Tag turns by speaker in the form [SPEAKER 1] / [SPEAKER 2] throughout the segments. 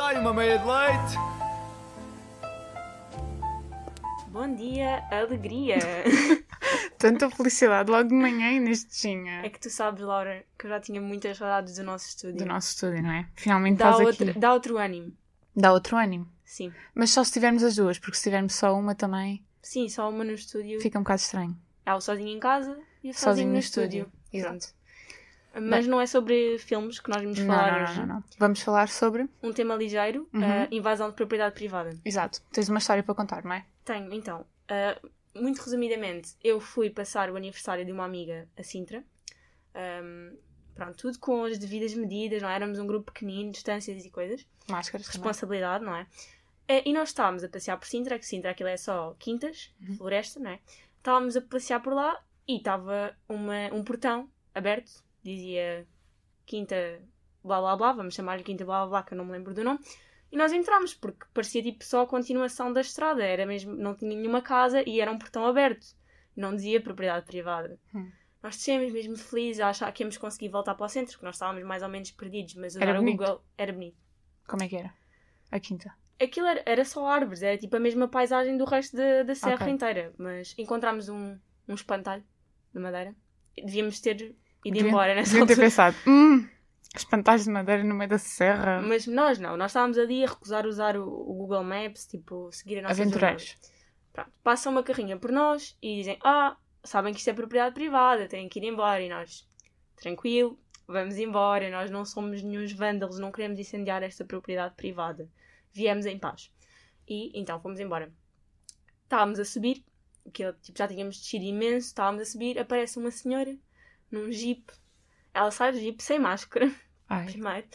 [SPEAKER 1] Ai, uma meia de leite!
[SPEAKER 2] Bom dia, alegria!
[SPEAKER 3] Tanta felicidade logo de manhã, Inês de
[SPEAKER 2] é
[SPEAKER 3] Ginha.
[SPEAKER 2] que tu sabes, Laura, que eu já tinha muitas saudades do nosso estúdio.
[SPEAKER 3] Do nosso estúdio, não é? Finalmente
[SPEAKER 2] dá,
[SPEAKER 3] estás
[SPEAKER 2] outro,
[SPEAKER 3] aqui.
[SPEAKER 2] dá outro ânimo.
[SPEAKER 3] Dá outro ânimo.
[SPEAKER 2] Sim.
[SPEAKER 3] Mas só se tivermos as duas, porque se tivermos só uma também
[SPEAKER 2] Sim, só uma no estúdio.
[SPEAKER 3] fica um bocado estranho.
[SPEAKER 2] Há o sozinho em casa e o sozinho, no, estúdio.
[SPEAKER 3] Exato.
[SPEAKER 2] Mas não é sobre filmes que nós vamos
[SPEAKER 3] Não,
[SPEAKER 2] falar
[SPEAKER 3] não, não,
[SPEAKER 2] hoje.
[SPEAKER 3] não, não. Vamos falar sobre.
[SPEAKER 2] Um tema ligeiro,
[SPEAKER 3] Uhum.
[SPEAKER 2] eh, invasão de propriedade privada.
[SPEAKER 3] Exato. Tens uma história para contar, não é?
[SPEAKER 2] Tenho, então. ah, muito resumidamente, eu fui passar o aniversário de uma amiga a Sintra. Ahm, pronto, tudo com as devidas medidas, não é? Éramos um grupo pequenino, distâncias e coisas.
[SPEAKER 3] Máscaras. também.
[SPEAKER 2] Responsabilidade, não é? Eh, E nós estávamos a passear por Sintra, que Sintra aquilo é só quintas,
[SPEAKER 3] Uhum.
[SPEAKER 2] floresta, não é? Estávamos a passear por lá e estava uma- um portão aberto, dizia quinta blá blá blá, vamos chamar-lhe quinta blá blá blá, que eu não me lembro do nome. E nós entramos porque parecia tipo só a continuação da estrada, era mesmo, não tinha nenhuma casa e era um portão aberto, não dizia propriedade privada.
[SPEAKER 3] Hum.
[SPEAKER 2] Nós descemos mesmo felizes a achar que íamos conseguir voltar para o centro, porque nós estávamos mais ou menos perdidos, mas
[SPEAKER 3] Era
[SPEAKER 2] usar o
[SPEAKER 3] bonito.
[SPEAKER 2] Google era bonito
[SPEAKER 3] Como é que era? A quinta.
[SPEAKER 2] aquilo era, era só árvores, era tipo a mesma paisagem do resto da, da serra
[SPEAKER 3] Ok.
[SPEAKER 2] inteira. Mas encontramos um, um espantalho de madeira. Devíamos ter ido
[SPEAKER 3] Deviam-
[SPEAKER 2] embora nessa
[SPEAKER 3] Deviam ter
[SPEAKER 2] altura.
[SPEAKER 3] pensado. Hum, espantalhos de madeira no meio da serra.
[SPEAKER 2] Mas nós não, nós estávamos ali a recusar usar o, o Google Maps, tipo, seguir a nossa
[SPEAKER 3] Aventureiros.
[SPEAKER 2] Pronto, passa uma carrinha por nós e dizem: Ah, sabem que isto é propriedade privada, têm que ir embora. E nós, tranquilo, vamos embora. Nós não somos nenhum vândalos, não queremos incendiar esta propriedade privada. Viemos em paz. E então fomos embora. Estávamos a subir, que tipo, já tínhamos descido imenso, estávamos a subir. Aparece uma senhora num jeep. Ela sai do jeep sem máscara
[SPEAKER 3] Ai.
[SPEAKER 2] primeiro.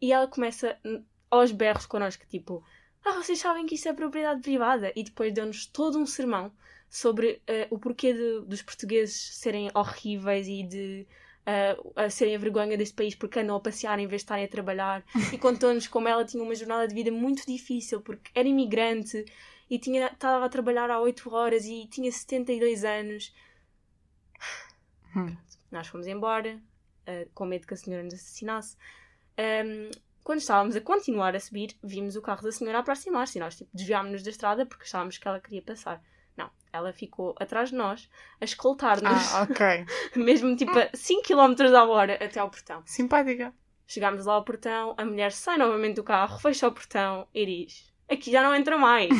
[SPEAKER 2] E ela começa hum, aos berros connosco, tipo, ah, vocês sabem que isto é propriedade privada. E depois deu-nos todo um sermão sobre eh, o porquê de- dos portugueses serem horríveis e de eh, a serem a vergonha deste país porque andam a passear em vez de estarem a trabalhar. E contou-nos como ela tinha uma jornada de vida muito difícil porque era imigrante e tinha, estava a trabalhar há 8 horas e tinha 72 anos.
[SPEAKER 3] Hum.
[SPEAKER 2] Nós fomos embora, eh, com medo que a senhora nos assassinasse. Ahm, quando estávamos a continuar a subir, vimos o carro da senhora aproximar-se e nós tipo, desviámos-nos da estrada porque achávamos que ela queria passar. Não, ela ficou atrás de nós a escoltar-nos,
[SPEAKER 3] Ah, ok.
[SPEAKER 2] mesmo tipo a 5 km à hora até ao portão.
[SPEAKER 3] Simpática.
[SPEAKER 2] Chegámos lá ao portão, a mulher sai novamente do carro, fecha o portão e diz: Aqui já não entra mais.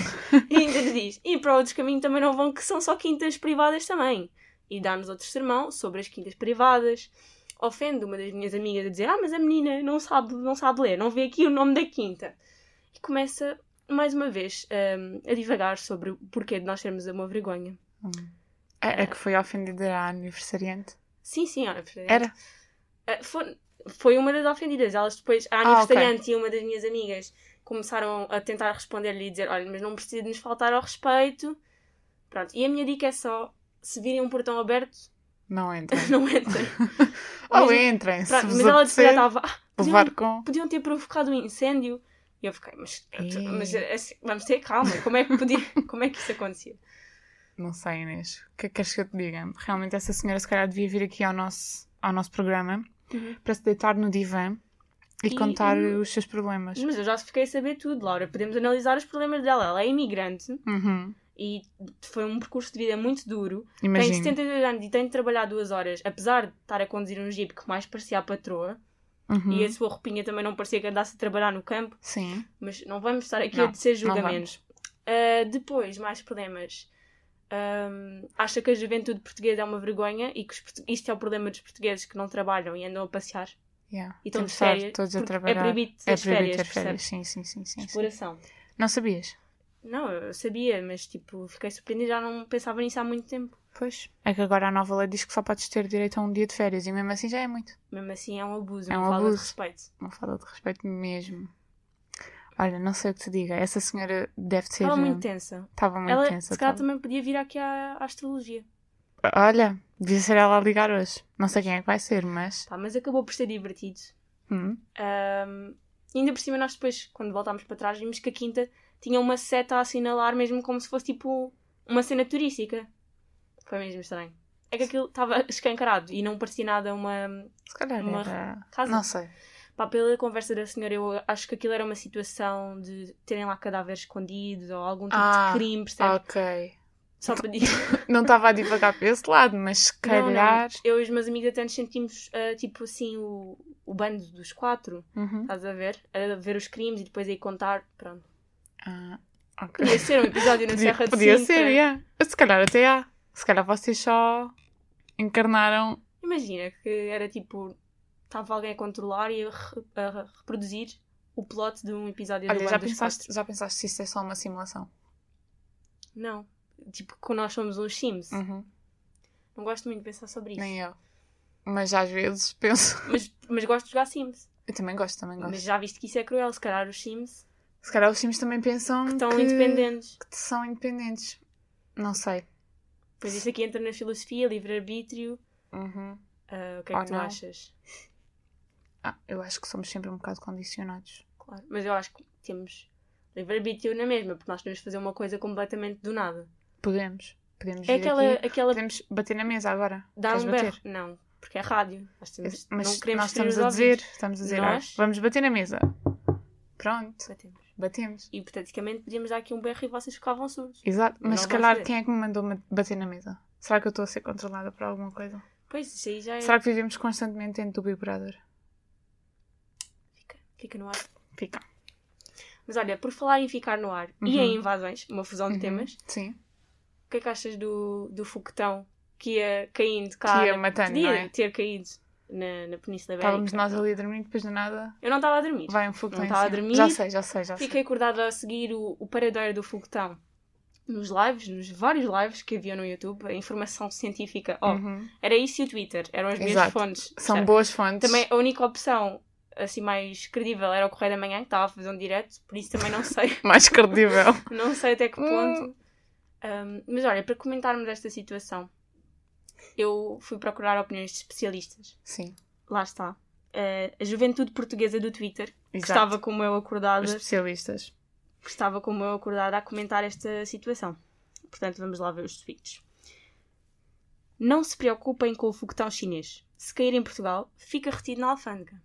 [SPEAKER 2] e ainda lhe diz: E para outros caminhos também não vão, que são só quintas privadas também. E dá-nos outro sermão sobre as quintas privadas. Ofende uma das minhas amigas a dizer: Ah, mas a menina não sabe, não sabe ler, não vê aqui o nome da quinta. E começa mais uma vez hum, a divagar sobre o porquê de nós sermos uma vergonha.
[SPEAKER 3] A, a que foi ofendida à aniversariante.
[SPEAKER 2] Sim, sim, olha,
[SPEAKER 3] Era?
[SPEAKER 2] Uh, foi, foi uma das ofendidas. Elas depois,
[SPEAKER 3] Ah,
[SPEAKER 2] a aniversariante e uma das minhas amigas, começaram a tentar responder-lhe e dizer: Olha, mas não precisa de nos faltar ao respeito. Pronto, e a minha dica é só: se virem um portão aberto,
[SPEAKER 3] Não entra.
[SPEAKER 2] não entrem.
[SPEAKER 3] Ou
[SPEAKER 2] Mesmo-
[SPEAKER 3] entrem, Oh, é, se
[SPEAKER 2] Pronto,
[SPEAKER 3] vos
[SPEAKER 2] mas ela depois já
[SPEAKER 3] apetecer,
[SPEAKER 2] estava: "Ah, podiam,
[SPEAKER 3] levar com...
[SPEAKER 2] podiam ter provocado um incêndio. E eu fiquei: Mas,
[SPEAKER 3] Ei.
[SPEAKER 2] mas é assim, vamos ter calma, como é que, podia, como é que isso acontecia?
[SPEAKER 3] Não sei, Inês. O que é que queres que eu te diga? Realmente essa senhora se calhar devia vir aqui ao nosso, ao nosso programa
[SPEAKER 2] Uhum.
[SPEAKER 3] para se deitar no divã e,
[SPEAKER 2] E-
[SPEAKER 3] contar
[SPEAKER 2] e-
[SPEAKER 3] os seus problemas.
[SPEAKER 2] Mas eu já fiquei a saber tudo, Laura. Podemos analisar os problemas dela. Ela é imigrante
[SPEAKER 3] Uhum.
[SPEAKER 2] e foi um percurso de vida muito duro. Tem
[SPEAKER 3] Imagino.
[SPEAKER 2] 72 anos e tem de trabalhar duas horas, apesar de estar a conduzir um jeep que mais parecia a patroa,
[SPEAKER 3] Uhum.
[SPEAKER 2] e a sua roupinha também não parecia que andasse a trabalhar no campo,
[SPEAKER 3] Sim.
[SPEAKER 2] mas não vamos estar aqui
[SPEAKER 3] Não,
[SPEAKER 2] a tecer
[SPEAKER 3] não
[SPEAKER 2] julgamentos. Ah, depois, mais problemas. Ahm, acha que a juventude portuguesa é uma vergonha e que os portu- isto é o problema dos portugueses que não trabalham e andam a passear
[SPEAKER 3] Yeah.
[SPEAKER 2] e estão de
[SPEAKER 3] Temos de estar
[SPEAKER 2] férias.
[SPEAKER 3] É todos a
[SPEAKER 2] porque
[SPEAKER 3] trabalhar.
[SPEAKER 2] É proibido ter
[SPEAKER 3] É proibido
[SPEAKER 2] férias,
[SPEAKER 3] ter
[SPEAKER 2] percebe?
[SPEAKER 3] férias. Sim, sim, sim, sim, sim.
[SPEAKER 2] Exploração.
[SPEAKER 3] Não sabias?
[SPEAKER 2] Não, eu sabia, mas tipo, fiquei surpreendida, já não pensava nisso há muito tempo.
[SPEAKER 3] Pois. É que agora a nova lei diz que só podes ter direito a um dia de férias e mesmo assim já é muito.
[SPEAKER 2] Mesmo assim, é um abuso,
[SPEAKER 3] É
[SPEAKER 2] uma
[SPEAKER 3] um
[SPEAKER 2] falta de
[SPEAKER 3] abuso.
[SPEAKER 2] respeito.
[SPEAKER 3] Uma falta de respeito mesmo. Olha, não sei o que te diga. Essa senhora deve ter...
[SPEAKER 2] Estava
[SPEAKER 3] eh,
[SPEAKER 2] é muito tensa.
[SPEAKER 3] Estava muito
[SPEAKER 2] ela,
[SPEAKER 3] tensa.
[SPEAKER 2] se calhar,
[SPEAKER 3] estava.
[SPEAKER 2] também podia vir aqui à, à astrologia.
[SPEAKER 3] Olha, devia ser ela a ligar hoje. Não sei quem é que vai ser, mas.
[SPEAKER 2] Pá, mas acabou por ser divertido.
[SPEAKER 3] Hum,
[SPEAKER 2] Ahm, ainda por cima, nós depois, quando voltámos para trás, vimos que a quinta tinha uma seta a assinalar, mesmo como se fosse tipo uma cena turística. Foi mesmo estranho. É que aquilo estava escancarado e não parecia nada uma.
[SPEAKER 3] se calhar
[SPEAKER 2] Uma
[SPEAKER 3] era.
[SPEAKER 2] casa.
[SPEAKER 3] Não sei.
[SPEAKER 2] Pá, pela conversa da senhora, eu acho que aquilo era uma situação de terem lá cadáveres escondidos ou algum tipo
[SPEAKER 3] Ah,
[SPEAKER 2] de crime, percebes?
[SPEAKER 3] Ok.
[SPEAKER 2] Só para dizer.
[SPEAKER 3] Não estava a divagar para esse lado, mas se
[SPEAKER 2] Não, não.
[SPEAKER 3] calhar.
[SPEAKER 2] Eu e os meus amigos até nos sentimos, ah, tipo assim, o, o bando dos quatro,
[SPEAKER 3] Uhum.
[SPEAKER 2] estás a ver? A ver os crimes e depois aí contar, pronto.
[SPEAKER 3] Ah, ok.
[SPEAKER 2] Podia ser assim, tá? um episódio na
[SPEAKER 3] Podia,
[SPEAKER 2] Serra de
[SPEAKER 3] podia
[SPEAKER 2] Sintra.
[SPEAKER 3] ser, yeah. Se calhar até há. Se calhar vocês só encarnaram.
[SPEAKER 2] Imagina que era tipo, estava alguém a controlar e a, re- a reproduzir o plot de um episódio do
[SPEAKER 3] Olha, já
[SPEAKER 2] Bando dos Quatro.
[SPEAKER 3] pensaste, já pensaste se isso é só uma simulação?
[SPEAKER 2] Não. Tipo, que nós somos uns Sims.
[SPEAKER 3] Uhum.
[SPEAKER 2] Não gosto muito de pensar sobre isso.
[SPEAKER 3] Nem eu. Mas às vezes penso.
[SPEAKER 2] Mas, mas gosto de jogar Sims.
[SPEAKER 3] Eu também gosto, também gosto.
[SPEAKER 2] Mas já viste que isso é cruel, se calhar os Sims
[SPEAKER 3] Se calhar os times também pensam
[SPEAKER 2] estão independentes.
[SPEAKER 3] Hum, que são independentes. Não sei.
[SPEAKER 2] Pois isso aqui entra na filosofia, livre-arbítrio.
[SPEAKER 3] Uhum.
[SPEAKER 2] Ah, o que é
[SPEAKER 3] Ou
[SPEAKER 2] que tu
[SPEAKER 3] não.
[SPEAKER 2] achas?
[SPEAKER 3] Ah, eu acho que somos sempre um bocado condicionados.
[SPEAKER 2] Claro. Mas eu acho que temos livre-arbítrio na mesma, porque nós podemos fazer uma coisa completamente do nada.
[SPEAKER 3] Podemos. Podemos
[SPEAKER 2] É
[SPEAKER 3] vir
[SPEAKER 2] aquela,
[SPEAKER 3] aqui.
[SPEAKER 2] aquela
[SPEAKER 3] Podemos bater na mesa agora.
[SPEAKER 2] dar
[SPEAKER 3] Queres
[SPEAKER 2] um
[SPEAKER 3] bater?
[SPEAKER 2] berro. Não, porque é rádio. Nós temos,
[SPEAKER 3] Mas
[SPEAKER 2] não queremos
[SPEAKER 3] nós estamos
[SPEAKER 2] ferir
[SPEAKER 3] a
[SPEAKER 2] os
[SPEAKER 3] dizer,
[SPEAKER 2] ouvidos.
[SPEAKER 3] estamos a dizer,
[SPEAKER 2] Nós-
[SPEAKER 3] "Ah, vamos bater na mesa. Pronto,
[SPEAKER 2] Batemos.
[SPEAKER 3] batemos.
[SPEAKER 2] E hipoteticamente podíamos dar aqui um berro e vocês ficavam surdos.
[SPEAKER 3] Exato,
[SPEAKER 2] Não
[SPEAKER 3] mas se
[SPEAKER 2] vão
[SPEAKER 3] calhar
[SPEAKER 2] saber.
[SPEAKER 3] quem é que me mandou ma- bater na mesa? Será que eu estou a ser controlada por alguma coisa?
[SPEAKER 2] Pois, isso aí já é.
[SPEAKER 3] Será que vivemos constantemente dentro do vibrador?
[SPEAKER 2] Fica, fica no ar.
[SPEAKER 3] Fica.
[SPEAKER 2] Mas olha, por falar em ficar no ar e
[SPEAKER 3] Uhum.
[SPEAKER 2] em invasões, uma fusão de
[SPEAKER 3] Uhum.
[SPEAKER 2] temas,
[SPEAKER 3] Sim.
[SPEAKER 2] o que é que achas do, do foguetão que ia caindo cá?
[SPEAKER 3] Que ia
[SPEAKER 2] na-
[SPEAKER 3] matando,
[SPEAKER 2] podia
[SPEAKER 3] não é?
[SPEAKER 2] ter caído na, na Península Ibérica.
[SPEAKER 3] Estávamos nós ali a dormir, depois de nada
[SPEAKER 2] Eu não estava a dormir.
[SPEAKER 3] vai um fogo
[SPEAKER 2] Não
[SPEAKER 3] lá em
[SPEAKER 2] estava a
[SPEAKER 3] cima.
[SPEAKER 2] dormir.
[SPEAKER 3] Já sei, já sei, já sei.
[SPEAKER 2] Fiquei acordada a seguir o, o paradeiro do foguetão nos lives, nos vários lives que havia no YouTube, a informação científica. Oh,
[SPEAKER 3] Uhum.
[SPEAKER 2] Era isso e o Twitter, eram as minhas
[SPEAKER 3] Exato.
[SPEAKER 2] fontes.
[SPEAKER 3] São
[SPEAKER 2] Certo.
[SPEAKER 3] boas fontes.
[SPEAKER 2] Também a única opção assim mais credível era o Correio da Manhã, que estava a fazer um direto, por isso também não sei,
[SPEAKER 3] Mais credível.
[SPEAKER 2] não sei até que
[SPEAKER 3] Hum.
[SPEAKER 2] ponto. Um, mas olha, para comentarmos esta situação, eu fui procurar opiniões de especialistas.
[SPEAKER 3] Sim.
[SPEAKER 2] Lá está. Eh, a juventude portuguesa do Twitter, que
[SPEAKER 3] Exato.
[SPEAKER 2] estava como eu acordada,
[SPEAKER 3] Os especialistas.
[SPEAKER 2] que estava como eu acordada a comentar esta situação. Portanto, vamos lá ver os tweets. Não se preocupem com o foguetão chinês. Se cair em Portugal, fica retido na alfândega.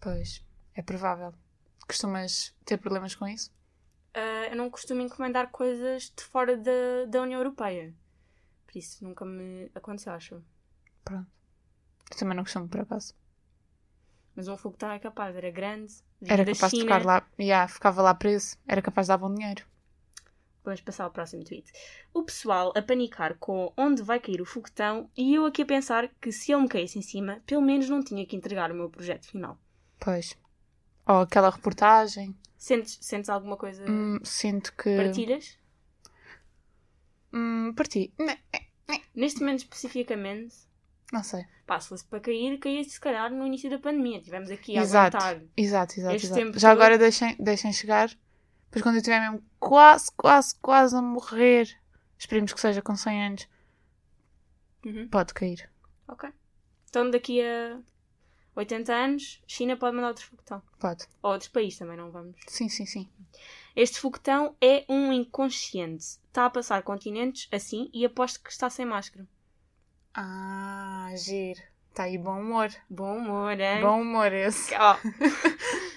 [SPEAKER 3] Pois, é provável. Costumas ter problemas com isso?
[SPEAKER 2] Ah, eu não costumo encomendar coisas de fora da, da União Europeia. Por isso nunca me aconteceu, acho.
[SPEAKER 3] Pronto. Eu também não costumo, por acaso.
[SPEAKER 2] Mas um foguetão é capaz, era grande, vinha
[SPEAKER 3] Era
[SPEAKER 2] da
[SPEAKER 3] capaz de
[SPEAKER 2] China.
[SPEAKER 3] ficar lá, yeah, ficava lá preso, era capaz de dar bom dinheiro.
[SPEAKER 2] Vamos passar ao próximo tweet. O pessoal a panicar com onde vai cair o foguetão e eu aqui a pensar que se ele me caísse em cima, pelo menos não tinha que entregar o meu projeto final.
[SPEAKER 3] Pois. Ou aquela reportagem.
[SPEAKER 2] Sentes, sentes alguma coisa?
[SPEAKER 3] Hum, sinto que.
[SPEAKER 2] Partilhas?
[SPEAKER 3] Hum, parti. Ne-
[SPEAKER 2] Neste momento especificamente,
[SPEAKER 3] Não sei.
[SPEAKER 2] pá, se fosse para cair, caía se calhar no início da pandemia. Tivemos aqui a
[SPEAKER 3] exato.
[SPEAKER 2] aguentar.
[SPEAKER 3] Exato, exato.
[SPEAKER 2] Este
[SPEAKER 3] exato.
[SPEAKER 2] tempo
[SPEAKER 3] Já
[SPEAKER 2] todo.
[SPEAKER 3] agora deixem, deixem chegar. Pois quando eu estiver mesmo quase, quase, quase a morrer, esperemos que seja com 100 anos,
[SPEAKER 2] Uhum.
[SPEAKER 3] pode cair.
[SPEAKER 2] Ok. Então daqui a 80 anos, China pode mandar outro foguetão.
[SPEAKER 3] Pode.
[SPEAKER 2] Ou outros países também, não vamos.
[SPEAKER 3] Sim, sim, sim.
[SPEAKER 2] Este foguetão é um inconsciente. Está a passar continentes assim e aposto que está sem máscara.
[SPEAKER 3] Ah, giro. Está aí bom humor.
[SPEAKER 2] Bom humor, hein?
[SPEAKER 3] Bom humor esse.
[SPEAKER 2] Ó.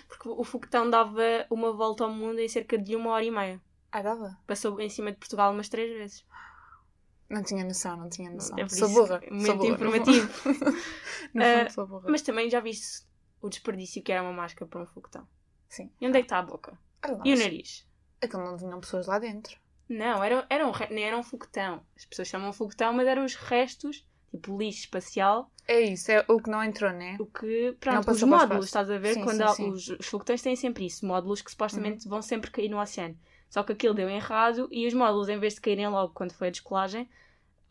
[SPEAKER 2] Porque o foguetão dava uma volta ao mundo em cerca de uma hora e meia.
[SPEAKER 3] Ah, dava?
[SPEAKER 2] Passou em cima de Portugal umas três vezes.
[SPEAKER 3] Não tinha noção, não tinha noção.
[SPEAKER 2] É por
[SPEAKER 3] sou
[SPEAKER 2] isso
[SPEAKER 3] burra.
[SPEAKER 2] que é
[SPEAKER 3] sou
[SPEAKER 2] Muito
[SPEAKER 3] burra.
[SPEAKER 2] informativo.
[SPEAKER 3] No
[SPEAKER 2] Ah,
[SPEAKER 3] fundo, sou burra.
[SPEAKER 2] Mas também já viste o desperdício que era uma máscara para um foguetão.
[SPEAKER 3] Sim.
[SPEAKER 2] E onde é que está a boca?
[SPEAKER 3] Olha lá,
[SPEAKER 2] E o nariz?
[SPEAKER 3] Aquilo não tinham pessoas lá dentro.
[SPEAKER 2] Não, era, era um, re- nem era um foguetão. As pessoas chamam foguetão, mas eram os restos, tipo lixo espacial,
[SPEAKER 3] É isso, é o que não entrou, né?
[SPEAKER 2] o que. Pronto, os
[SPEAKER 3] passou para o
[SPEAKER 2] módulos,
[SPEAKER 3] espaço.
[SPEAKER 2] estás a ver?
[SPEAKER 3] Sim,
[SPEAKER 2] Quando
[SPEAKER 3] sim,
[SPEAKER 2] há-
[SPEAKER 3] sim. Uhum.
[SPEAKER 2] Os, os foguetões têm sempre isso, módulos que supostamente vão sempre cair no oceano. Só que aquilo deu errado e os módulos, em vez de caírem logo quando foi a descolagem,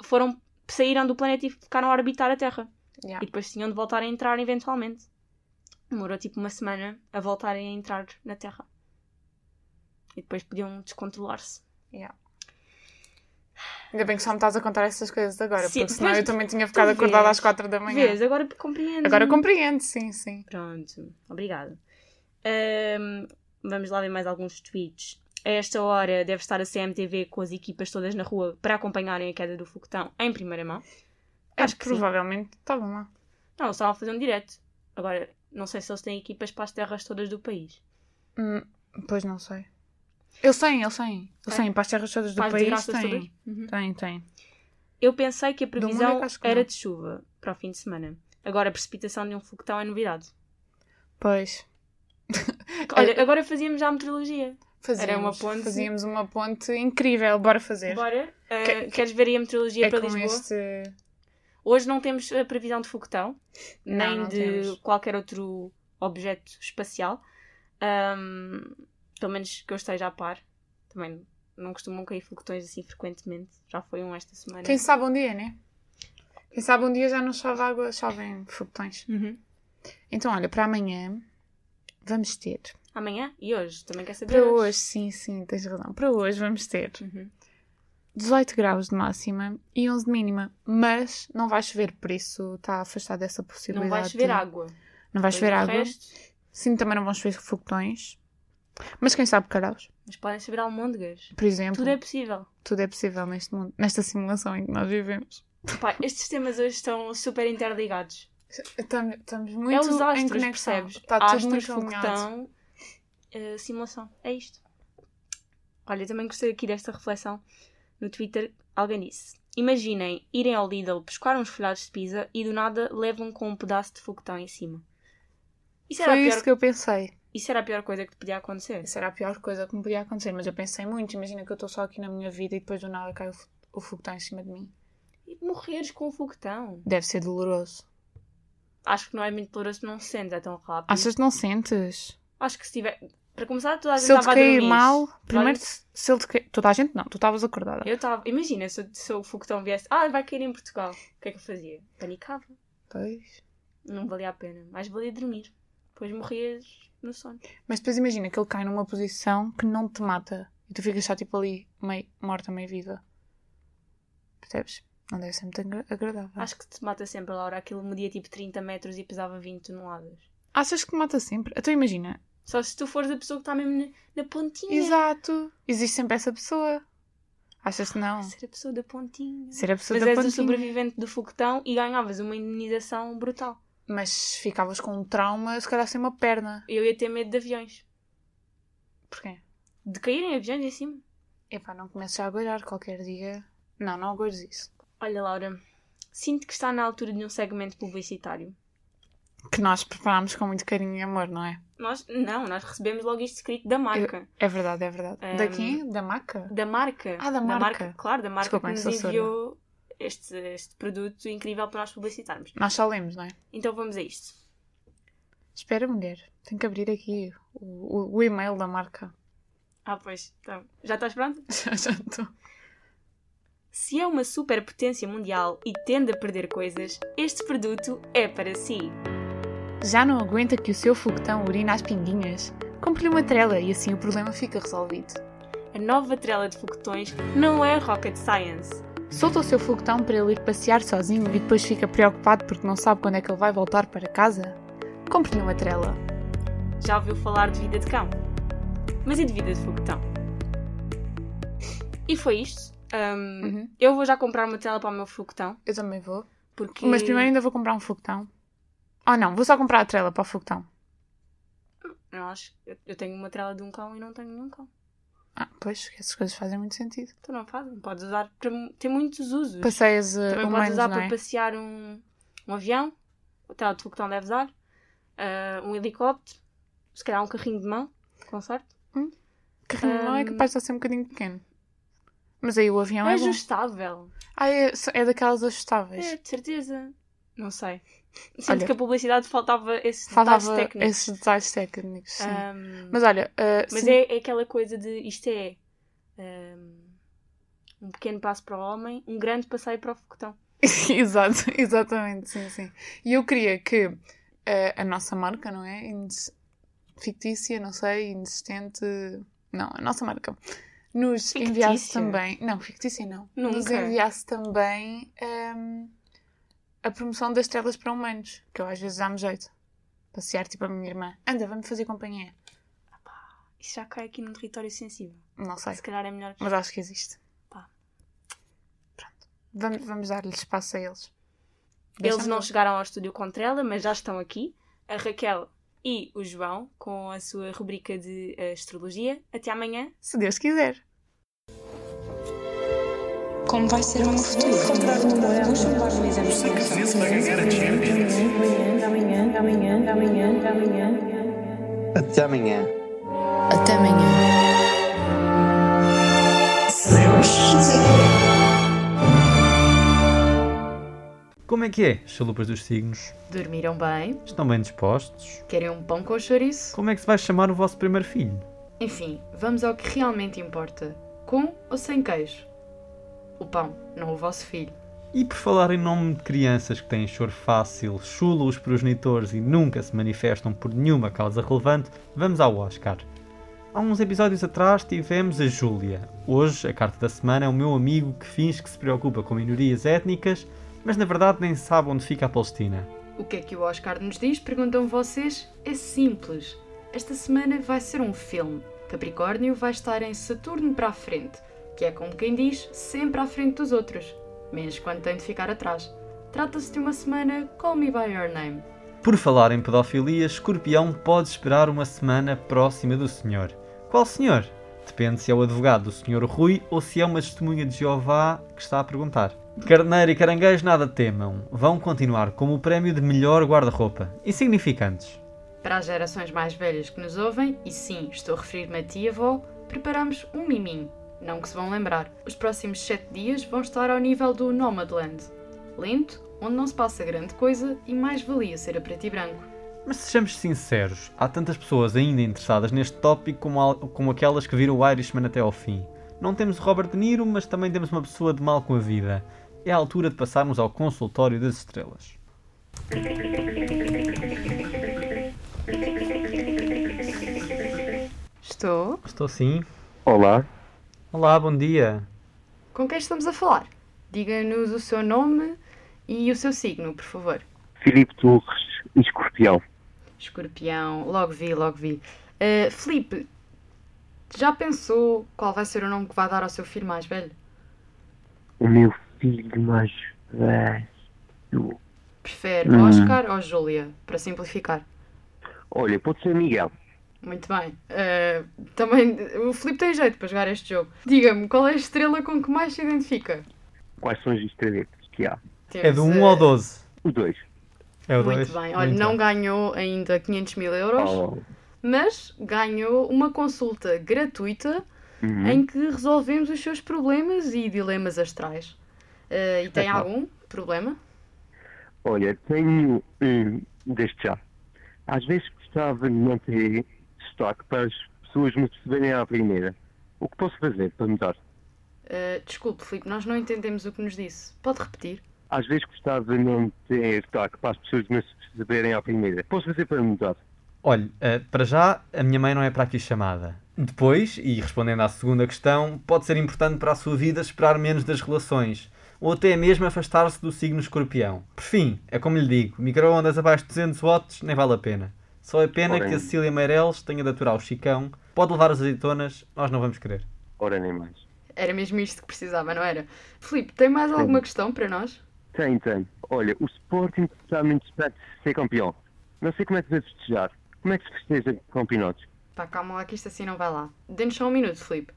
[SPEAKER 2] foram, saíram do planeta e ficaram a orbitar a Terra. E depois tinham de voltar a entrar eventualmente. Demorou tipo uma semana a voltarem a entrar na Terra. E depois podiam descontrolar-se.
[SPEAKER 3] Ainda bem que só me estás a contar essas coisas agora,
[SPEAKER 2] Sim,
[SPEAKER 3] porque senão
[SPEAKER 2] mas
[SPEAKER 3] eu também tinha ficado
[SPEAKER 2] tu
[SPEAKER 3] acordada
[SPEAKER 2] vês.
[SPEAKER 3] às quatro da manhã.
[SPEAKER 2] Vês, agora compreendo.
[SPEAKER 3] Oh Agora compreendo, sim, sim.
[SPEAKER 2] Pronto, obrigada. Ahm, vamos lá ver mais alguns tweets. A esta hora deve estar a CMTV com as equipas todas na rua para acompanharem a queda do foguetão em primeira mão. Acho
[SPEAKER 3] Acho
[SPEAKER 2] que
[SPEAKER 3] que
[SPEAKER 2] sim.
[SPEAKER 3] provavelmente estavam É lá.
[SPEAKER 2] Não, estavam a fazer um direto. Agora, Não sei se eles têm equipas para as terras todas do país.
[SPEAKER 3] Hum, pois não sei. É. Eles têm, eles têm. Eles
[SPEAKER 2] Tem?
[SPEAKER 3] têm para as terras todas do
[SPEAKER 2] Para as
[SPEAKER 3] país.
[SPEAKER 2] desgraças todas?
[SPEAKER 3] Têm.
[SPEAKER 2] Uhum.
[SPEAKER 3] Tem, tem.
[SPEAKER 2] Eu pensei que a
[SPEAKER 3] mundo é
[SPEAKER 2] previsão
[SPEAKER 3] que acho que
[SPEAKER 2] era
[SPEAKER 3] não.
[SPEAKER 2] de chuva para o fim de semana. Agora a precipitação de um foguetão é novidade.
[SPEAKER 3] Pois.
[SPEAKER 2] Olha, agora fazíamos já a meteorologia.
[SPEAKER 3] Fazíamos,
[SPEAKER 2] uma ponte-
[SPEAKER 3] Fazíamos uma ponte incrível. Bora fazer.
[SPEAKER 2] Bora. Uh,
[SPEAKER 3] Que-
[SPEAKER 2] queres ver aí a meteorologia
[SPEAKER 3] é
[SPEAKER 2] para
[SPEAKER 3] com
[SPEAKER 2] Lisboa?
[SPEAKER 3] este.
[SPEAKER 2] Hoje não temos a previsão de foguetão,
[SPEAKER 3] Não,
[SPEAKER 2] nem
[SPEAKER 3] não
[SPEAKER 2] de
[SPEAKER 3] temos.
[SPEAKER 2] qualquer outro objeto espacial. Ahm, pelo menos que eu esteja a par. Também não costumam cair foguetões assim frequentemente. Já foi um esta semana.
[SPEAKER 3] Quem sabe um dia, né? Quem sabe um dia já não chove água, chovem foguetões.
[SPEAKER 2] Uhum.
[SPEAKER 3] Então, olha, para amanhã vamos ter.
[SPEAKER 2] Amanhã e hoje. Também quer saber?
[SPEAKER 3] Para hoje, sim, sim, tens razão. Para hoje vamos ter
[SPEAKER 2] Uhum.
[SPEAKER 3] 18 graus de máxima e 11 de mínima, mas não vai chover, por isso está afastado dessa
[SPEAKER 2] Não
[SPEAKER 3] possibilidade.
[SPEAKER 2] vai chover água.
[SPEAKER 3] Não vai
[SPEAKER 2] Pois,
[SPEAKER 3] chover
[SPEAKER 2] de
[SPEAKER 3] água.
[SPEAKER 2] resto,
[SPEAKER 3] Sim, também não vão chover foguetões. Mas quem sabe caraus,
[SPEAKER 2] mas podem chover almôndegas.
[SPEAKER 3] por exemplo.
[SPEAKER 2] Tudo é possível.
[SPEAKER 3] possível neste mundo, nesta simulação em que nós vivemos.
[SPEAKER 2] Pá, estes temas hoje estão super interligados.
[SPEAKER 3] Estamos, estamos
[SPEAKER 2] é
[SPEAKER 3] muito
[SPEAKER 2] os
[SPEAKER 3] em
[SPEAKER 2] astros,
[SPEAKER 3] conexão.
[SPEAKER 2] percebes?
[SPEAKER 3] Está Tá tudo
[SPEAKER 2] astros,
[SPEAKER 3] muito alinhado.
[SPEAKER 2] foguetão, eh, simulação. É isto. Olha, também gostei aqui desta reflexão no Twitter. Alguém disse: Imaginem irem ao Lidl pescar uns folhados de pizza e do nada levam com um pedaço de foguetão em cima. Isso era,
[SPEAKER 3] Foi
[SPEAKER 2] a pior,
[SPEAKER 3] isso que eu pensei.
[SPEAKER 2] isso era a pior coisa que te podia acontecer.
[SPEAKER 3] Isso era a pior coisa que me podia acontecer, mas eu pensei muito. Imagina que eu estou só aqui na minha vida e depois do nada cai o, fo- o foguetão em cima de mim.
[SPEAKER 2] E morreres com um foguetão.
[SPEAKER 3] Deve ser doloroso.
[SPEAKER 2] Acho que não é muito doloroso, não se sente é tão rápido.
[SPEAKER 3] Achas que não sentes?
[SPEAKER 2] Acho que se tiver. Para começar, toda a gente
[SPEAKER 3] Se ele te
[SPEAKER 2] estava a
[SPEAKER 3] cair
[SPEAKER 2] dormir.
[SPEAKER 3] mal,
[SPEAKER 2] Toda a
[SPEAKER 3] primeiro
[SPEAKER 2] gente-
[SPEAKER 3] se se ele te cair. Toda a gente não, tu estavas acordada.
[SPEAKER 2] Eu estava. Imagina se, o- se o foguetão viesse. Ah, vai cair em Portugal. O que é que eu fazia? Panicava.
[SPEAKER 3] Pois.
[SPEAKER 2] Não valia a pena. Mais valia dormir. Depois morrias no sono.
[SPEAKER 3] Mas depois imagina que ele cai numa posição que não te mata e tu ficas só tipo ali, meio morta, meio viva. Percebes? Não deve ser muito agra- agradável.
[SPEAKER 2] Acho que te mata sempre, Laura. Aquilo media tipo 30 metros e pesava 20 toneladas.
[SPEAKER 3] Achas que mata sempre? Então imagina.
[SPEAKER 2] Só se tu fores a pessoa que está mesmo na, na pontinha.
[SPEAKER 3] Exato. Existe sempre essa pessoa. Achas que não?
[SPEAKER 2] Ser a pessoa da pontinha.
[SPEAKER 3] Ser a pessoa
[SPEAKER 2] Mas é
[SPEAKER 3] da
[SPEAKER 2] és o
[SPEAKER 3] pontinha.
[SPEAKER 2] sobrevivente do foguetão e ganhavas uma indenização brutal.
[SPEAKER 3] Mas ficavas com um trauma, se calhar sem uma perna.
[SPEAKER 2] Eu ia ter medo de aviões.
[SPEAKER 3] Porquê?
[SPEAKER 2] De caírem aviões em cima.
[SPEAKER 3] Epá, não começo já a aguardar qualquer dia. Não, não aguardes isso.
[SPEAKER 2] Olha, Laura. Sinto que está na altura de um segmento publicitário.
[SPEAKER 3] Que nós preparámos com muito carinho e amor, não é?
[SPEAKER 2] Nós, não, nós recebemos logo isto escrito da marca.
[SPEAKER 3] É verdade, é verdade.
[SPEAKER 2] Ehm,
[SPEAKER 3] Daqui? Da maca?
[SPEAKER 2] Da marca.
[SPEAKER 3] Ah, da marca.
[SPEAKER 2] Claro, da marca
[SPEAKER 3] Desculpem,
[SPEAKER 2] que
[SPEAKER 3] sou
[SPEAKER 2] nos
[SPEAKER 3] surda.
[SPEAKER 2] enviou este, este produto incrível para nós publicitarmos.
[SPEAKER 3] Nós só lemos, não é?
[SPEAKER 2] Então vamos a isto.
[SPEAKER 3] Espera, mulher. Tenho que abrir aqui o, o- o e-mail da marca.
[SPEAKER 2] Ah, pois. Então, já estás pronto?
[SPEAKER 3] Já já estou.
[SPEAKER 2] Se é uma superpotência mundial e tende a perder coisas, este produto é para si.
[SPEAKER 3] Já não aguenta que o seu foguetão urina as pinguinhas? Compre-lhe uma trela e assim o problema fica resolvido.
[SPEAKER 2] A nova trela de foguetões não é rocket science.
[SPEAKER 3] Solta o seu foguetão para ele ir passear sozinho e depois fica preocupado porque não sabe quando é que ele vai voltar para casa? Compre-lhe uma trela.
[SPEAKER 2] Já ouviu falar de vida de cão? Mas e de vida de foguetão? E foi isto. Ahm,
[SPEAKER 3] Uhum.
[SPEAKER 2] Eu vou já comprar uma tela para o meu foguetão.
[SPEAKER 3] Eu também vou.
[SPEAKER 2] Porque...
[SPEAKER 3] Mas primeiro ainda vou comprar um foguetão. Oh não, vou só comprar a trela para o foguetão.
[SPEAKER 2] Não, acho eu, eu tenho uma trela de um cão e não tenho nenhum cão.
[SPEAKER 3] Ah, pois, que essas coisas fazem muito sentido.
[SPEAKER 2] Então não fazem. Podes usar para. mu- Tem muitos usos.
[SPEAKER 3] Passeias uh,
[SPEAKER 2] Também
[SPEAKER 3] humanos,
[SPEAKER 2] podes usar
[SPEAKER 3] não
[SPEAKER 2] para
[SPEAKER 3] é?
[SPEAKER 2] passear um, um avião, o tela de foguetão deve dar, ah, um helicóptero, se calhar um carrinho de mão, com sorte.
[SPEAKER 3] Carrinho não é
[SPEAKER 2] Ahm.
[SPEAKER 3] capaz de estar ser um bocadinho pequeno. Mas aí o avião
[SPEAKER 2] é
[SPEAKER 3] é, bom.
[SPEAKER 2] ajustável.
[SPEAKER 3] Ah, é, é daquelas ajustáveis.
[SPEAKER 2] É, de certeza. Não sei. Sinto
[SPEAKER 3] Olha.
[SPEAKER 2] que a publicidade faltava esses detalhes
[SPEAKER 3] Faltava
[SPEAKER 2] técnicos.
[SPEAKER 3] esses detalhes técnicos, sim.
[SPEAKER 2] Ah,
[SPEAKER 3] Mas olha, uh,
[SPEAKER 2] mas
[SPEAKER 3] sim,
[SPEAKER 2] é, é aquela coisa de isto é ah, um pequeno passo para o homem, um grande passeio para o foguetão.
[SPEAKER 3] Exato, exatamente, sim, sim. E eu queria que eh, a nossa marca, não é? Ines- Fictícia, não sei, inexistente. Não, a nossa marca. Nos
[SPEAKER 2] Fictícia?
[SPEAKER 3] enviasse também. Não, fictícia não. Nos
[SPEAKER 2] Nunca.
[SPEAKER 3] enviasse também ehm, a promoção das telas para humanos, que eu às vezes dá-me jeito. Passear tipo a minha irmã. Anda, vamos fazer companhia.
[SPEAKER 2] Isto já cai aqui num território sensível.
[SPEAKER 3] Não sei,
[SPEAKER 2] Se calhar é melhor.
[SPEAKER 3] mas acho que existe.
[SPEAKER 2] Pá.
[SPEAKER 3] Pronto. Vamos, vamos dar-lhe espaço a eles.
[SPEAKER 2] Eles
[SPEAKER 3] Deixa-me-
[SPEAKER 2] não chegaram ao estúdio contra ela, mas já estão aqui. a Raquel e o João com a sua rubrica de eh, astrologia. Até amanhã.
[SPEAKER 3] Se Deus quiser.
[SPEAKER 1] Como vai ser o meu futuro?
[SPEAKER 4] Até amanhã.
[SPEAKER 1] Até amanhã.
[SPEAKER 5] Como é que é, chalupas dos signos?
[SPEAKER 6] Dormiram bem?
[SPEAKER 5] Estão bem dispostos?
[SPEAKER 6] Querem um pão com chouriço?
[SPEAKER 5] Como é que se vai chamar o vosso primeiro filho?
[SPEAKER 6] Enfim, vamos ao que realmente importa. Com ou sem queijo? O pão, não o vosso filho.
[SPEAKER 5] E por falar em nome de crianças que têm choro fácil, chulam os progenitores e nunca se manifestam por nenhuma causa relevante, vamos ao Oscar. Há uns episódios atrás tivemos a Júlia. Hoje, a carta da semana é o meu amigo que finge que se preocupa com minorias étnicas, mas na verdade nem sabe onde fica a Palestina.
[SPEAKER 6] O que é que o Oscar nos diz? Perguntam vocês. É simples. Esta semana vai ser um filme. Capricórnio vai estar em Saturno para a frente, que é como quem diz, sempre à frente dos outros, menos quando tem de ficar atrás. Trata-se de uma semana Call Me By Your Name.
[SPEAKER 5] Por falar em pedofilia, Escorpião pode esperar uma semana próxima do senhor. Qual senhor? Depende se é o advogado do senhor Rui ou se é uma testemunha de Jeová que está a perguntar. Carneiro e caranguejo nada temam, vão continuar como o prémio de melhor guarda-roupa. Insignificantes.
[SPEAKER 6] Para as gerações mais velhas que nos ouvem, e sim, estou a referir-me a ti e avó, preparamos um miminho. Não que se vão lembrar. Os próximos 7 dias vão estar ao nível do Nomadland. Lento, onde não se passa grande coisa e mais valia ser a preto e branco.
[SPEAKER 5] Mas sejamos sinceros, há tantas pessoas ainda interessadas neste tópico como, al- como aquelas que viram o Irishman até ao fim. Não temos o Robert De Niro, mas também temos uma pessoa de mal com a vida. É a altura de passarmos ao consultório das estrelas.
[SPEAKER 6] Estou?
[SPEAKER 5] Estou sim.
[SPEAKER 4] Olá,
[SPEAKER 5] Olá, bom dia.
[SPEAKER 6] Com quem estamos a falar? Diga-nos o seu nome e o seu signo, por favor.
[SPEAKER 4] Filipe Torres, escorpião.
[SPEAKER 6] Escorpião, logo vi, logo vi. Eh, Felipe, já pensou qual vai ser o nome que vai dar ao seu filho mais velho?
[SPEAKER 4] O meu filho mais velho.
[SPEAKER 6] Prefere
[SPEAKER 4] Hum.
[SPEAKER 6] Oscar ou Júlia, para simplificar?
[SPEAKER 4] Olha, pode ser Miguel.
[SPEAKER 6] Muito bem. Eh, também o Filipe tem jeito para jogar este jogo. Diga-me, qual é a estrela com que mais se identifica?
[SPEAKER 4] Quais são as estrelas que há?
[SPEAKER 5] É do 1
[SPEAKER 6] Temos, eh,
[SPEAKER 5] ao 12.
[SPEAKER 4] Os dois.
[SPEAKER 5] É o 2.
[SPEAKER 6] Muito bem. Olha, não ganhou ainda 500 mil euros,
[SPEAKER 4] Oh,
[SPEAKER 6] mas ganhou uma consulta gratuita
[SPEAKER 4] uhum.
[SPEAKER 6] em que resolvemos os seus problemas e dilemas astrais. Eh, e tem
[SPEAKER 4] bom.
[SPEAKER 6] algum problema?
[SPEAKER 4] Olha, tenho um deste já. Às vezes gostava de manter estoque para as pessoas me perceberem à primeira. O que posso fazer para mudar?
[SPEAKER 6] Eh, desculpe, Filipe, nós não entendemos o que nos disse. Pode repetir?
[SPEAKER 4] Às vezes gostava de não ter estoque para as pessoas me perceberem à primeira. Posso fazer para mudar?
[SPEAKER 5] Olha, eh, para já, a minha mãe não é para aqui chamada. Depois, e respondendo à segunda questão, pode ser importante para a sua vida esperar menos das relações, ou até mesmo afastar-se do signo escorpião. Por fim, é como lhe digo, microondas abaixo de 200 watts nem vale a pena. Só é pena
[SPEAKER 4] Ora,
[SPEAKER 5] que a
[SPEAKER 4] hein.
[SPEAKER 5] Cecília Meireles tenha de aturar o Chicão, pode levar as azeitonas, nós não vamos querer.
[SPEAKER 4] Ora, nem mais.
[SPEAKER 6] Era mesmo isto que precisava, não era? Filipe, tem mais alguma questão para nós?
[SPEAKER 4] Tem, tem. Olha, o Sporting está muito perto de ser campeão. Não sei como é que deve festejar. Como é que se festeja campeonatos?
[SPEAKER 6] Pá, calma lá que isto assim não vai lá. Dê-nos só um minuto, Filipe.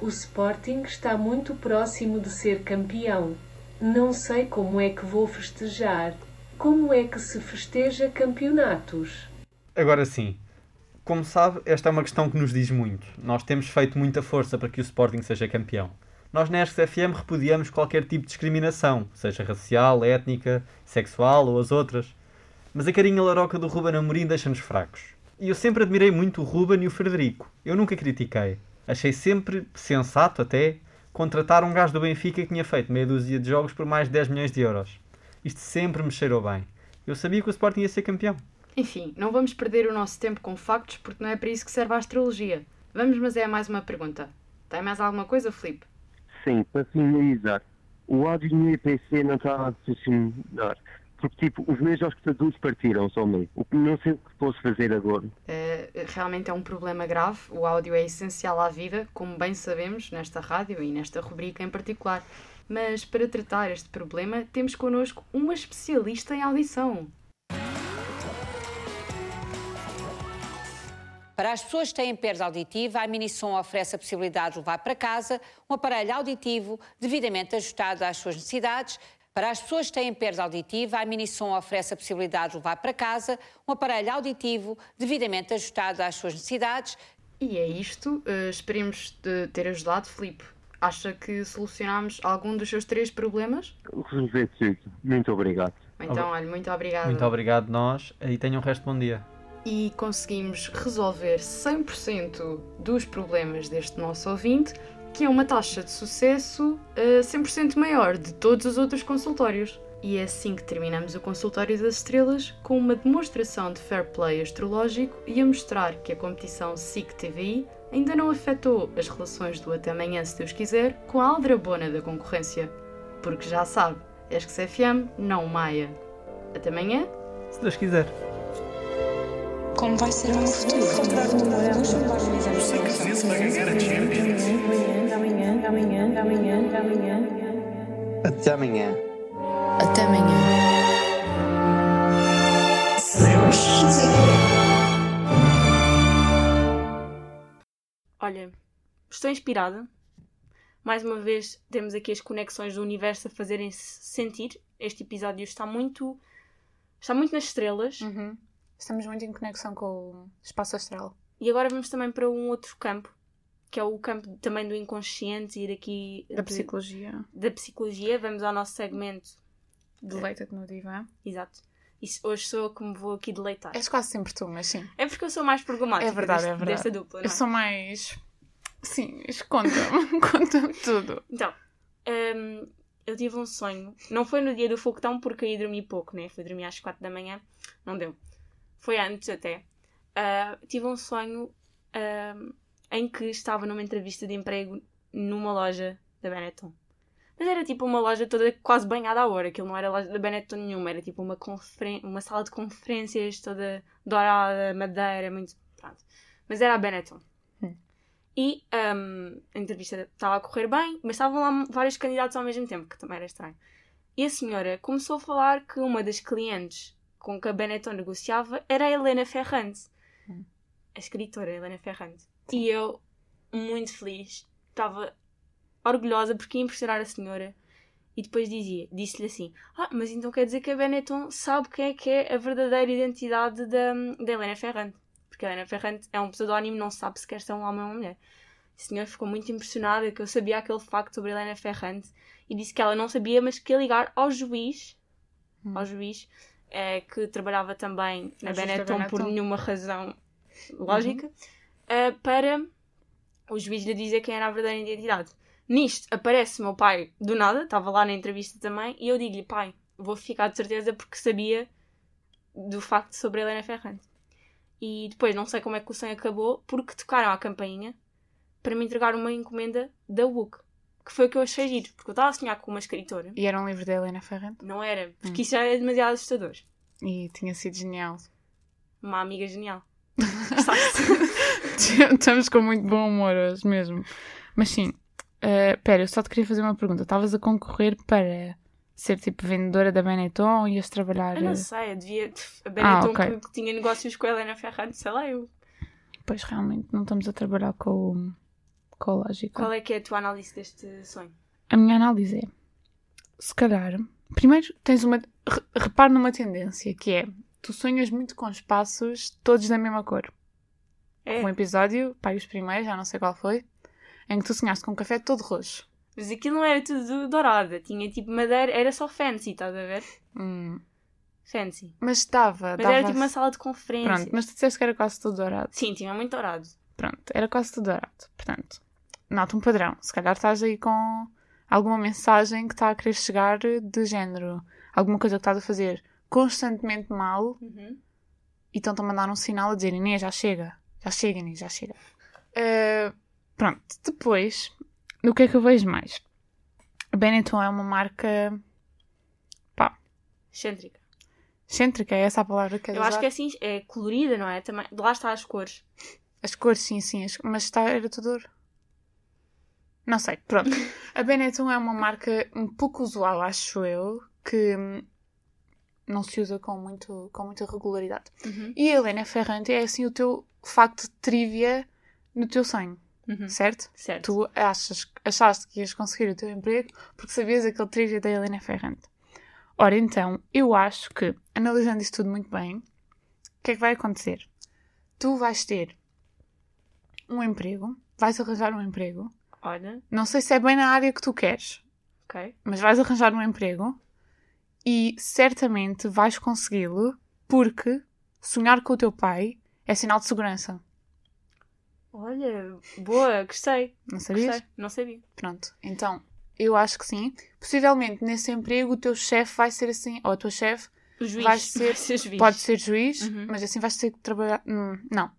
[SPEAKER 7] O Sporting está muito próximo de ser campeão. Não sei como é que vou festejar. Como é que se festeja campeonatos?
[SPEAKER 5] Agora sim, como sabe, esta é uma questão que nos diz muito. Nós temos feito muita força para que o Sporting seja campeão. Nós na ESCS FM repudiamos qualquer tipo de discriminação, seja racial, étnica, sexual ou as outras. Mas a carinha laroca do Ruben Amorim deixa-nos fracos. E eu sempre admirei muito o Ruben e o Frederico. Eu nunca critiquei. Achei sempre sensato até contratar um gajo do Benfica que tinha feito meia dúzia de jogos por mais de 10 milhões de euros. Isto sempre me cheirou bem. Eu sabia que o Sporting ia ser campeão.
[SPEAKER 6] Enfim, não vamos perder o nosso tempo com factos porque não é para isso que serve a astrologia. Vamos, mas é a mais uma pergunta. Tem mais alguma coisa, Filipe?
[SPEAKER 4] Sim, para finalizar, o áudio do meu IPC não está a funcionar. Porque, tipo, os meus escutadores partiram só meio. O que não sei o que posso fazer agora.
[SPEAKER 6] Eh, realmente é um problema grave. O áudio é essencial à vida, como bem sabemos, nesta rádio e nesta rubrica em particular. Mas para tratar este problema, temos connosco uma especialista em audição.
[SPEAKER 8] Para as pessoas que têm perda auditiva, a Minisom oferece a possibilidade de levar para casa um aparelho auditivo devidamente ajustado às suas necessidades. Para as pessoas que têm perda auditiva, a Minisom oferece a possibilidade de levar para casa um aparelho auditivo devidamente ajustado às suas necessidades.
[SPEAKER 6] E é isto. Uh, esperemos de ter ajudado, Filipe. Acha que solucionámos algum dos seus três problemas?
[SPEAKER 4] Resolver tudo. Muito obrigado.
[SPEAKER 6] Então, olha, muito obrigada.
[SPEAKER 5] Muito obrigado, nós. E tenham o resto de bom dia.
[SPEAKER 6] e conseguimos resolver 100% dos problemas deste nosso ouvinte, que é uma taxa de sucesso eh, 100% maior de todos os outros consultórios. E é assim que terminamos o consultório das estrelas com uma demonstração de fair play astrológico e a mostrar que a competição SIC TVI ainda não afetou as relações do até amanhã, se Deus quiser, com a aldrabona da concorrência. Porque já sabe, ESC-CFM não maia. Até amanhã
[SPEAKER 5] Se Deus quiser.
[SPEAKER 1] Como vai ser o meu futuro?
[SPEAKER 9] Até amanhã.
[SPEAKER 1] Até amanhã.
[SPEAKER 2] Olha, estou inspirada. Mais uma vez temos aqui as conexões do universo a fazerem-se sentir. Este episódio está muito. está muito nas estrelas.
[SPEAKER 3] Uhum. Estamos muito em conexão com o espaço astral.
[SPEAKER 2] E agora vamos também para um outro campo, que é o campo também do inconsciente e daqui
[SPEAKER 3] Da
[SPEAKER 2] de-
[SPEAKER 3] psicologia.
[SPEAKER 2] da psicologia. Vamos ao nosso segmento. É.
[SPEAKER 3] Deleita-te no divã.
[SPEAKER 2] Exato. E se- hoje sou eu que me vou aqui deleitar.
[SPEAKER 3] És quase sempre tu, mas sim.
[SPEAKER 2] É porque eu sou mais problemática
[SPEAKER 3] É verdade,
[SPEAKER 2] deste-
[SPEAKER 3] é verdade.
[SPEAKER 2] desta dupla, não
[SPEAKER 3] Eu
[SPEAKER 2] é?
[SPEAKER 3] sou mais. Sim, conta-me. conta-me tudo.
[SPEAKER 2] Então, hum, eu tive um sonho. Não foi no dia do foguetão porque aí dormi pouco, né? Fui dormir às 4 da manhã. Não deu. Foi antes até. Ah, tive um sonho hum, em que estava numa entrevista de emprego numa loja da Benetton. Mas era tipo uma loja toda quase banhada à hora. Aquilo não era loja da Benetton nenhuma. Era tipo uma, conferen- uma sala de conferências toda dourada, madeira, muito... Pronto. Mas era a Benetton. E hum, a entrevista estava a correr bem, mas estavam lá vários candidatos ao mesmo tempo, que também era estranho. E a senhora começou a falar que uma das clientes com que a Benetton negociava era a Helena Ferrante, a escritora Helena Ferrante. E eu, muito feliz, estava orgulhosa porque ia impressionar a senhora. E depois dizia, disse-lhe assim: Ah, mas então quer dizer que a Benetton sabe quem é que é a verdadeira identidade da, da Helena Ferrante. Porque a Helena Ferrante é um pseudónimo, não se sabe sequer se é um homem ou uma mulher. O senhor ficou muito impressionado que eu sabia aquele facto sobre a Helena Ferrante e disse que ela não sabia, mas que ia ligar ao juiz, ao juiz, eh, que trabalhava também na
[SPEAKER 3] Hum. Ao juiz da
[SPEAKER 2] Benetton por
[SPEAKER 3] Benetton.
[SPEAKER 2] nenhuma razão lógica, eh, para o juiz lhe dizer quem era a verdadeira identidade. Nisto aparece o meu pai do nada, estava lá na entrevista também, e eu digo-lhe, pai, vou ficar de certeza porque sabia do facto sobre a Helena Ferrante. E depois não sei como é que o sonho acabou, porque tocaram à campainha para me entregar uma encomenda da WUC, que foi o que eu achei giro, porque eu estava a sonhar com uma escritora.
[SPEAKER 3] E era um livro da Helena Ferrante.
[SPEAKER 2] Não era, porque isso já era demasiado assustador.
[SPEAKER 3] E tinha sido genial.
[SPEAKER 2] Uma amiga genial.
[SPEAKER 3] Estamos com muito bom humor hoje mesmo. Mas sim, eh, pera, eu só te queria fazer uma pergunta. Estavas a concorrer para ser tipo vendedora da Benetton ou ias trabalhar?
[SPEAKER 2] Eu não
[SPEAKER 3] eh,
[SPEAKER 2] sei, eu devia. A Benetton
[SPEAKER 3] ok.
[SPEAKER 2] que tinha negócios com a Helena Ferrante, sei lá eu.
[SPEAKER 3] Pois realmente, não estamos a trabalhar com, o- com a lógica.
[SPEAKER 2] Qual é que é a tua análise deste sonho?
[SPEAKER 3] A minha análise é: se calhar, primeiro tens uma. re- Repare numa tendência que é: tu sonhas muito com espaços todos da mesma cor.
[SPEAKER 2] É,
[SPEAKER 3] Um episódio, pai, os primeiros, já não sei qual foi, em que tu sonhaste com um café todo roxo.
[SPEAKER 2] mas aquilo não era tudo dourada, tinha tipo madeira, era só fancy, estás a ver?
[SPEAKER 3] Hum,
[SPEAKER 2] Fancy.
[SPEAKER 3] Mas estava.
[SPEAKER 2] Mas era tipo uma sala de conferência.
[SPEAKER 3] Pronto, mas tu disseste que era quase tudo dourado.
[SPEAKER 2] Sim, tinha muito dourado.
[SPEAKER 3] Pronto, era quase tudo dourado. Portanto, nota um padrão. Se calhar estás aí com alguma mensagem que está a querer chegar de género. Alguma coisa que estás a fazer constantemente mal
[SPEAKER 2] Uhum.
[SPEAKER 3] e estão-te a mandar um sinal a dizer Inês, já chega. Já chega, Inês, já chega. Ah, pronto, depois, no que é que eu vejo mais? A Benetton é uma marca
[SPEAKER 2] Excêntrica.
[SPEAKER 3] cêntrica, é essa a palavra que
[SPEAKER 2] Eu acho que é assim, é colorida, não é? Também, lá está as cores.
[SPEAKER 3] As cores, sim, sim, as- mas está, era Tudor. Não sei, pronto. A Benetton é uma marca um pouco usual, acho eu, que hum, não se usa com, muito, com muita regularidade. E a Helena Ferrante é assim o teu facto de trivia no teu sonho,
[SPEAKER 2] Uhum.
[SPEAKER 3] certo?
[SPEAKER 2] Certo.
[SPEAKER 3] Tu achas, achaste que ias conseguir o teu emprego porque sabias aquele trivia da Helena Ferrante. Ora então, eu acho que, analisando isto tudo muito bem, o que é que vai acontecer? Tu vais ter um emprego, vais arranjar um emprego,
[SPEAKER 2] Olha,
[SPEAKER 3] não sei se é bem na área que tu queres,
[SPEAKER 2] ok.
[SPEAKER 3] mas vais arranjar um emprego e certamente vais consegui-lo porque sonhar com o teu pai é sinal de segurança.
[SPEAKER 2] Olha, boa, gostei.
[SPEAKER 3] Não sabias?
[SPEAKER 2] Gostei, não sabia.
[SPEAKER 3] Pronto. Então, eu acho que sim. Possivelmente nesse emprego o teu chefe vai ser assim, ou a tua chefe
[SPEAKER 2] O juiz.
[SPEAKER 3] Vai ser-
[SPEAKER 2] juiz.
[SPEAKER 3] pode ser juiz,
[SPEAKER 2] Uhum.
[SPEAKER 3] mas assim vais ter que trabalhar. Hum, Não.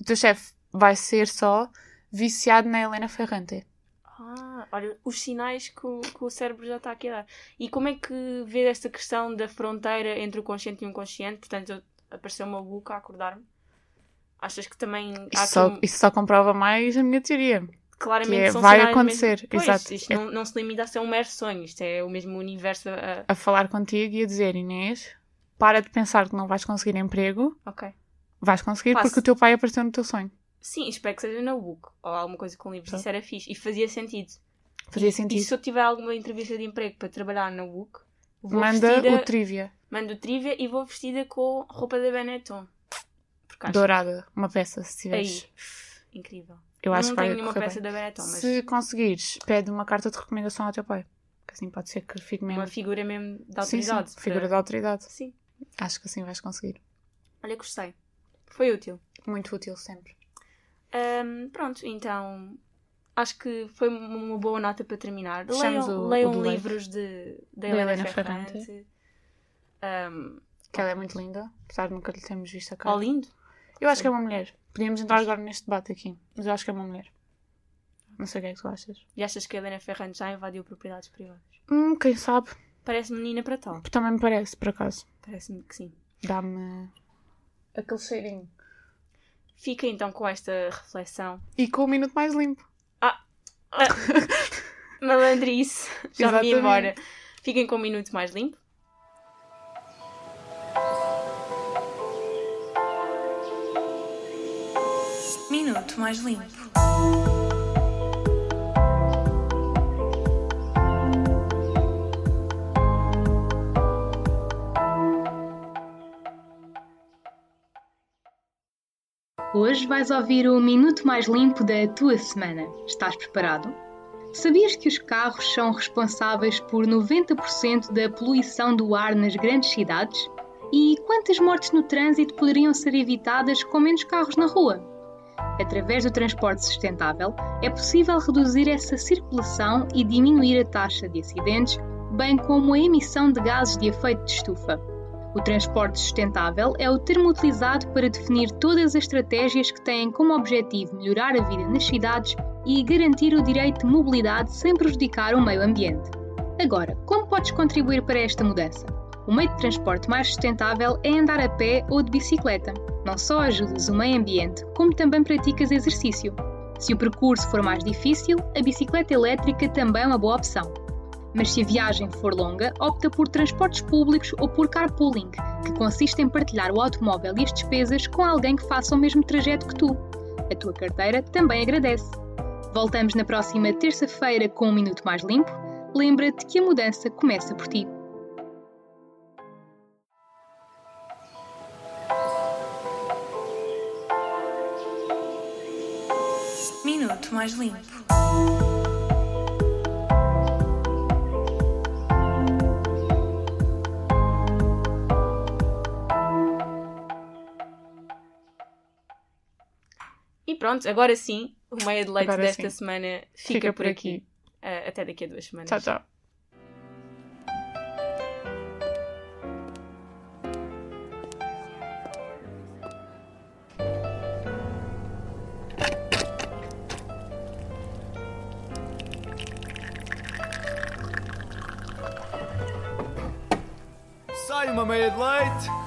[SPEAKER 3] O teu chefe vai ser só viciado na Helena Ferrante.
[SPEAKER 2] Ah, olha, os sinais que o, que o cérebro já está aqui a dar. E como é que vê esta questão da fronteira entre o consciente e o inconsciente? Portanto, eu- apareceu uma boca a acordar-me. Achas que também há
[SPEAKER 3] Isso
[SPEAKER 2] aqui
[SPEAKER 3] só,
[SPEAKER 2] um-
[SPEAKER 3] Ah, isso só comprova mais a minha teoria.
[SPEAKER 2] claramente
[SPEAKER 3] que é,
[SPEAKER 2] são
[SPEAKER 3] vai
[SPEAKER 2] sinais
[SPEAKER 3] acontecer,
[SPEAKER 2] mesmo... Pois,
[SPEAKER 3] exato.
[SPEAKER 2] Isto
[SPEAKER 3] É-
[SPEAKER 2] não, não se limita a ser um mero sonho, isto é o mesmo universo. a-
[SPEAKER 3] A falar contigo e a dizer, Inês, para de pensar que não vais conseguir emprego.
[SPEAKER 2] a- Ok.
[SPEAKER 3] Vais conseguir
[SPEAKER 2] Passo.
[SPEAKER 3] porque o teu pai apareceu no teu sonho.
[SPEAKER 2] Sim, espero que seja notebook ou alguma coisa com livros.
[SPEAKER 3] Tá.
[SPEAKER 2] Isso era fixe. E fazia sentido.
[SPEAKER 3] Fazia
[SPEAKER 2] E
[SPEAKER 3] sentido.
[SPEAKER 2] se eu tiver alguma entrevista de emprego para trabalhar no book, vou
[SPEAKER 3] Manda
[SPEAKER 2] vestida,
[SPEAKER 3] o trivia.
[SPEAKER 2] mando o trivia e vou vestida com roupa da Benetton. Porque acho
[SPEAKER 3] Dourada, uma peça, se tiveres.
[SPEAKER 2] Aí. Incrível.
[SPEAKER 3] Eu acho
[SPEAKER 2] não
[SPEAKER 3] que vai
[SPEAKER 2] tenho nenhuma
[SPEAKER 3] correr
[SPEAKER 2] peça
[SPEAKER 3] bem.
[SPEAKER 2] da Benetton, mas
[SPEAKER 3] Se conseguires, pede uma carta de recomendação ao teu pai. Que assim pode ser que fique mesmo.
[SPEAKER 2] uma figura mesmo da
[SPEAKER 3] Sim, sim,
[SPEAKER 2] autoridade. para-
[SPEAKER 3] figura de autoridade.
[SPEAKER 2] Sim.
[SPEAKER 3] Acho que assim vais conseguir.
[SPEAKER 2] Olha, gostei. Foi útil.
[SPEAKER 3] Muito útil sempre.
[SPEAKER 2] Ahm, pronto, então acho que foi uma boa nota para terminar.
[SPEAKER 3] Fechamos
[SPEAKER 2] Leiam,
[SPEAKER 3] o-
[SPEAKER 2] leiam
[SPEAKER 3] o do
[SPEAKER 2] livros de, da
[SPEAKER 3] Da
[SPEAKER 2] Helena,
[SPEAKER 3] Helena
[SPEAKER 2] Ferrante.
[SPEAKER 3] Ferrante.
[SPEAKER 2] Ahm,
[SPEAKER 3] Que ela é muito linda, apesar de nunca lhe termos visto a cara.
[SPEAKER 2] ó, lindo.
[SPEAKER 3] Eu acho que é uma mulher. Podíamos entrar agora neste debate aqui, mas eu acho que é uma mulher. Não sei o que é que tu achas.
[SPEAKER 2] E achas que a Helena Ferrante já invadiu propriedades privadas?
[SPEAKER 3] Hum, quem sabe?
[SPEAKER 2] Parece menina para tal.
[SPEAKER 3] Também me parece, por acaso.
[SPEAKER 2] Parece-me que sim.
[SPEAKER 3] Dá-me. Aquele cheirinho.
[SPEAKER 2] Fica então com esta reflexão.
[SPEAKER 3] E com o minuto mais limpo.
[SPEAKER 2] Malandrice, já me ia
[SPEAKER 3] Exatamente.
[SPEAKER 2] embora. Fiquem com um minuto mais limpo.
[SPEAKER 10] Minuto mais limpo.
[SPEAKER 11] Hoje vais ouvir o minuto mais limpo da tua semana. Estás preparado? Sabias que os carros são responsáveis por 90% da poluição do ar nas grandes cidades? E quantas mortes no trânsito poderiam ser evitadas com menos carros na rua? Através do transporte sustentável, é possível reduzir essa circulação e diminuir a taxa de acidentes, bem como a emissão de gases de efeito de estufa. O transporte sustentável é o termo utilizado para definir todas as estratégias que têm como objetivo melhorar a vida nas cidades e garantir o direito de mobilidade sem prejudicar o meio ambiente. Agora, como podes contribuir para esta mudança? O meio de transporte mais sustentável é andar a pé ou de bicicleta. Não só ajudas o meio ambiente, como também praticas exercício. Se o percurso for mais difícil, a bicicleta elétrica também é uma boa opção mas se a viagem for longa, opta por transportes públicos ou por carpooling, que consiste em partilhar o automóvel e as despesas com alguém que faça o mesmo trajeto que tu. A tua carteira também agradece. Voltamos na próxima terça-feira com um Minuto Mais Limpo. Lembra-te que a mudança começa por ti.
[SPEAKER 10] Minuto mais limpo.
[SPEAKER 2] E pronto, agora sim, o meio de leite
[SPEAKER 3] Agora
[SPEAKER 2] desta
[SPEAKER 3] sim.
[SPEAKER 2] semana fica, por, aqui. Ah, até daqui a duas semanas.
[SPEAKER 3] Tchau, tchau.
[SPEAKER 12] Sai uma meia de leite.